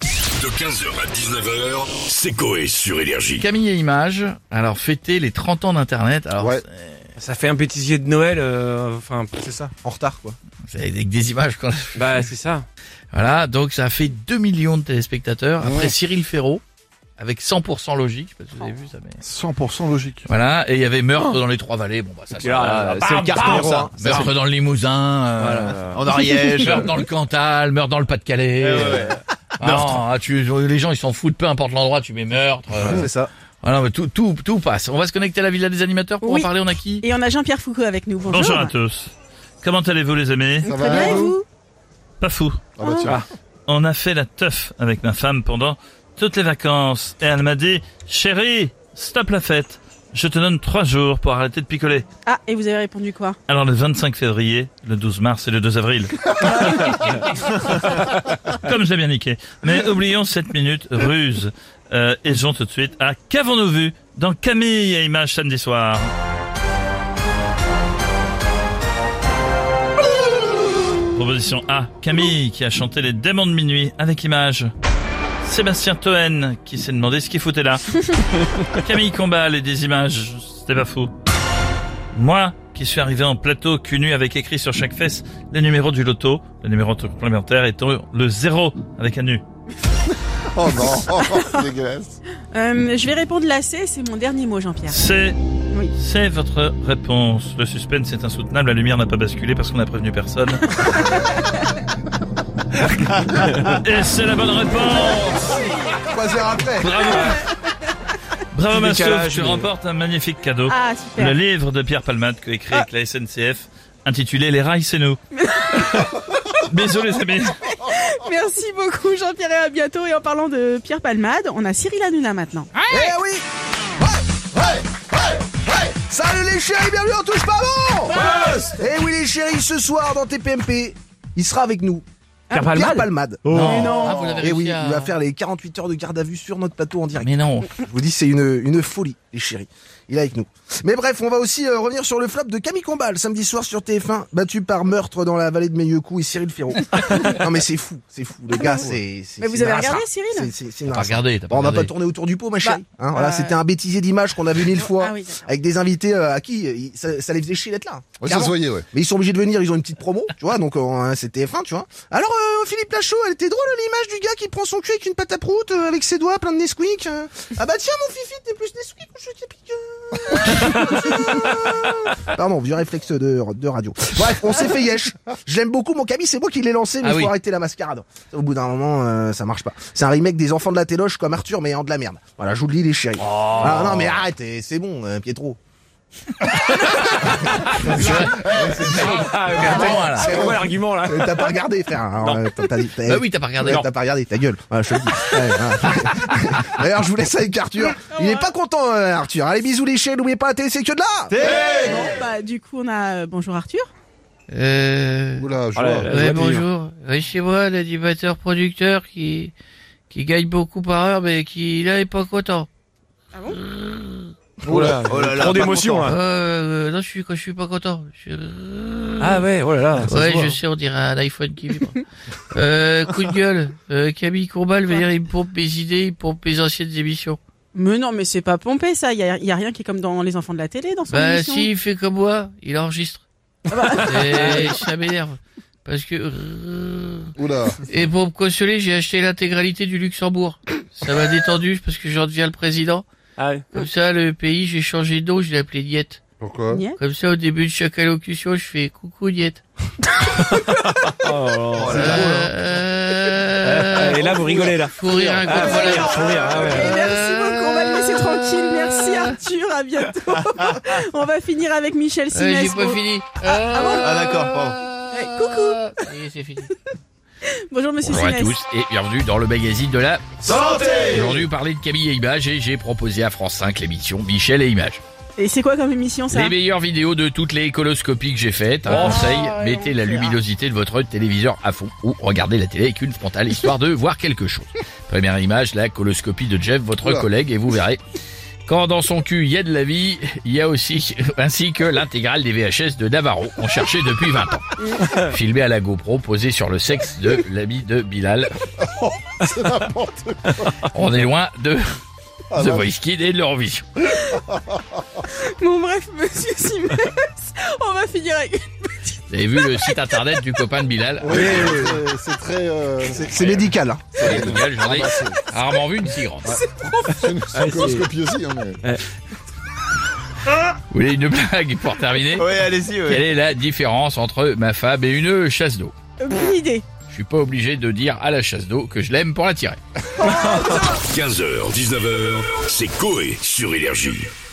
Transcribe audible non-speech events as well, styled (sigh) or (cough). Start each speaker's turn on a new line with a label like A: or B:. A: De 15h à 19h, c'est Coé sur Énergie.
B: Camille et Images, alors fêter les 30 ans d'Internet, alors
C: Ouais.
B: c'est-
D: Ça fait un pétisier de Noël, euh, enfin, c'est ça, en retard quoi.
B: c'est avec des images quand
D: Bah, c'est ça.
B: (laughs) Voilà, donc ça a fait 2 millions de téléspectateurs, après
C: Ouais.
B: Cyril Ferraud, avec 100% logique, parce que vous avez vu ça, mais...
C: 100% logique.
B: Voilà, et il y avait Meurtre dans les Trois-Vallées, bon bah ça
D: Puis
B: c'est...
E: Ah,
D: là,
E: c'est
D: bam,
E: le carton,
D: bam,
E: ça.
D: ça.
B: Meurtre dans le Limousin, euh,
E: En Ariège.
B: (laughs)
E: (laughs)
B: meurtre dans le Cantal, meurtre dans le Pas-de-Calais... euh, ah non, ah, tu, les gens ils s'en foutent, peu importe l'endroit, tu mets meurtre. euh,
C: c'est ça.
B: voilà, mais tout, tout, tout passe. On va se connecter à la Villa des Animateurs pour
F: Oui.
B: en parler, on a qui
F: Et on a Jean-Pierre Foucault avec nous. Bonjour.
G: à tous. Comment allez-vous les amis
C: Ça
F: Très
C: va
F: bien, et vous
G: Pas fou.
C: Ah bah tiens.
G: On a fait la teuf avec ma femme pendant toutes les vacances et elle m'a dit chérie, stop la fête. Je te donne trois jours pour arrêter de picoler.
F: Ah, et vous avez répondu quoi
G: Alors le 25 février, le 12 mars et le 2 avril. Comme j'ai bien niqué. Mais oublions cette minute ruse Euh, et j'en tout de suite à Qu'avons-nous vu dans Camille et Images samedi soir. Proposition A. Camille qui a chanté Les démons de minuit avec Images. Sébastien Toen qui s'est demandé ce qu'il foutait là. Camille Combal et des images, c'était pas fou. Moi, qui suis arrivé en plateau cul nu avec écrit sur chaque fesse les numéros du loto, le numéro complémentaire étant le 0 avec un nu.
C: Oh non, c'est dégueulasse.
F: Euh, Je vais répondre la C, c'est mon dernier mot, Jean-Pierre.
G: C'est,
F: Oui.
G: c'est votre réponse. Le suspense est insoutenable, la lumière n'a pas basculé parce qu'on n'a prévenu personne.
D: (laughs)
G: Et c'est la bonne réponse
F: Ah.
C: Trois heures après.
G: Bravo Bravo
D: Petit
G: Massouf,
D: décalage,
G: tu
D: mais-
G: remportes un magnifique cadeau.
F: Ah,
G: Le
F: super. Ah.
G: livre de Pierre Palmade que écrit avec la SNCF, intitulé Les rails, c'est
F: (laughs)
G: nous. Bisous les amis.
F: Merci beaucoup, Jean-Pierre, et à bientôt. Et en parlant de Pierre Palmade, on a Cyril Hanouna maintenant.
C: Eh oui Ouais, ouais, ouais, ouais. Salut les chéris, bienvenue, on touche pas bon Eh oui les chéris, ce soir dans TPMP, il sera avec nous.
B: Ah,
D: Pierre
C: Pierre
D: Palmade
C: Palmade.
B: Mais non. Ah, vous l'avez
C: Eh oui,
B: réussi à-
C: il va faire Ah, les 48 heures de garde à vue sur notre plateau en direct.
B: Mais non,
C: Je vous dis, c'est une, une folie, les chéris. Il est avec nous. Mais bref, on va aussi euh, revenir sur le flop de Camille Combal, samedi soir sur TF1, battu par meurtre dans la vallée de Meilleucou et Cyril Ferraud. (laughs) non mais c'est fou, c'est fou, les gars, c'est... c'est-
F: Mais vous
C: c'est
F: avez
C: une race
F: regardé,
C: rare.
F: Cyril
C: C'est- c'est- c'est une
B: t'as pas
C: race
B: regardé, t'as
C: Bon, on va pas
B: regardé.
C: tourner autour du pot, ma chérie. Hein, voilà,
F: euh,
C: c'était un bêtisier d'images qu'on a vu mille fois.
F: Ah oui, d'accord.
C: Avec des invités euh, à qui euh, ils- ça, ça les faisait chier d'être là. Clairement.
E: ouais.
C: Mais ils sont obligés de venir, ils ont une petite promo, tu vois, donc euh, c'est TF1, tu vois. Alors, euh, Philippe Lachaud, elle était drôle l'image du gars qui prend son cul avec une pâte à prout, euh, avec ses doigts plein de Nesquik. euh. Ah bah tiens, mon fifi, t'es plus Nesquik ou je t'ai piqué euh. Pardon, vieux réflexe de, de radio. Bref, on s'est fait yesh. Je l'aime beaucoup, mon Camille, c'est moi qui l'ai lancé, mais
B: Ah
C: faut
B: oui.
C: arrêter la mascarade. Au bout d'un moment, euh, ça marche pas. C'est un remake des enfants de la téloche comme Arthur, mais en de la merde. Voilà, je vous le dis, les chéris.
B: Oh.
C: Ah, non, mais arrête, eh, c'est bon, euh, Pietro.
D: Ah,
B: Ah,
D: ouais.
B: bon, voilà.
D: C'est quoi l'argument là
C: Euh, T'as pas regardé, frère. hein, euh, t'as- t'as- t'as-
B: Bah oui, t'as pas regardé.
C: Ouais, T'as pas regardé, ta gueule. Ouais, je te le dis. Ouais, ouais. D'ailleurs, je vous laisse avec Arthur. Il est pas content, euh, Arthur. Allez, bisous les chiens, n'oubliez pas la télé, c'est que de là
F: Bon, bah, du coup, on a. euh, Bonjour, Arthur.
B: Euh,
E: Oula, Oh je
D: Ah,
C: Oh
E: vois.
D: là, là.
B: ouais,
D: Elle doit dire.
B: bonjour. Oui, c'est moi, l'animateur producteur qui, qui gagne beaucoup par heure, mais qui, là, est pas content.
D: Oh là,
E: Oh là là,
D: trop
E: pas
D: d'émotion là.
B: Euh, non, je suis, quand je suis pas content. Je- euh,
D: Ah ouais, oh là là. ça
B: ouais,
D: se voit.
B: je sais, on dirait un iPhone qui vibre. (laughs) euh, coup de gueule. Euh, Camille Combal, veut dire, il me pompe mes idées, il me pompe mes anciennes émissions.
F: Mais non, mais c'est pas pompé, ça. Il y a, il y a rien qui est comme dans Les Enfants de la télé, dans son
B: Bah
F: émission.
B: si, il fait comme moi, il enregistre.
D: Ah bah.
B: Et ça m'énerve. Parce euh, que...
E: Oula.
B: Et pour me consoler, j'ai acheté l'intégralité du Luxembourg. Ça m'a détendu parce que j'en deviens le président.
D: Ah ouais.
B: Comme ça, le pays, j'ai changé de nom, je l'ai appelé Niette.
E: Pourquoi
F: Niette.
B: Comme ça, au début de chaque allocution, je fais coucou Niette.
D: Oh là là.
E: Oh
B: Euh,
E: là là.
B: euh,
D: Ah, Et là, vous rigolez là.
B: faut rire un coup,
D: Ah,
B: voilà. Euh,
D: faut rire, faut rire, ah ouais.
F: Et Merci beaucoup, on va le laisser tranquille. Merci Arthur, à
B: (laughs)
F: bientôt. on va finir avec Michel
B: Euh, j'ai
F: Simès.
B: pas fini. Ah,
E: d'accord,
B: pardon. coucou. Oui, c'est fini.
F: Bonjour Monsieur
B: Bonjour à
F: Simès.
B: tous et bienvenue dans le magazine de la
E: Santé
B: Aujourd'hui, vous parlez de Camille et Images et j'ai proposé à France 5 l'émission Michel et Images.
F: Et c'est quoi comme émission ça
B: Les meilleures vidéos de toutes les coloscopies que j'ai faites.
E: Oh,
B: Un conseil,
F: Ah,
B: mettez la luminosité de votre téléviseur à fond ou regardez la télé avec une frontale histoire de voir quelque
E: (laughs)
B: chose. Première image, la coloscopie de Jeff, votre
E: Oula.
B: collègue, et vous verrez. Quand dans son cul il y a de la vie, il y a aussi, (laughs) ainsi que l'intégrale des VHS de Navarro, qu'on cherchait
E: (laughs)
B: depuis 20 ans. Filmé à la GoPro, posé sur le sexe de l'ami de Bilal.
E: (laughs) C'est n'importe quoi.
H: On est loin de
E: Ah,
H: The Voice Kid et de l'Eurovision.
F: Bon bref, (laughs) monsieur Simès, on va finir avec...
H: Vous avez vu le site internet du copain de Bilal
E: Oui, c'est- c'est très. euh, c'est- c'est médical. Hein.
H: Ouais, Bilal, j'en ai rarement vu une si grande.
C: Ah,
D: C'est coloscopie aussi, hein, mais.
H: Vous voulez une blague pour terminer
I: Oui, allez-y, ouais.
H: Quelle est la différence entre ma fab et une chasse d'eau
F: Bonne idée.
H: Je suis pas obligé de dire à la chasse d'eau que je l'aime pour la tirer.
A: 15h, 19h, c'est Coé sur Énergie.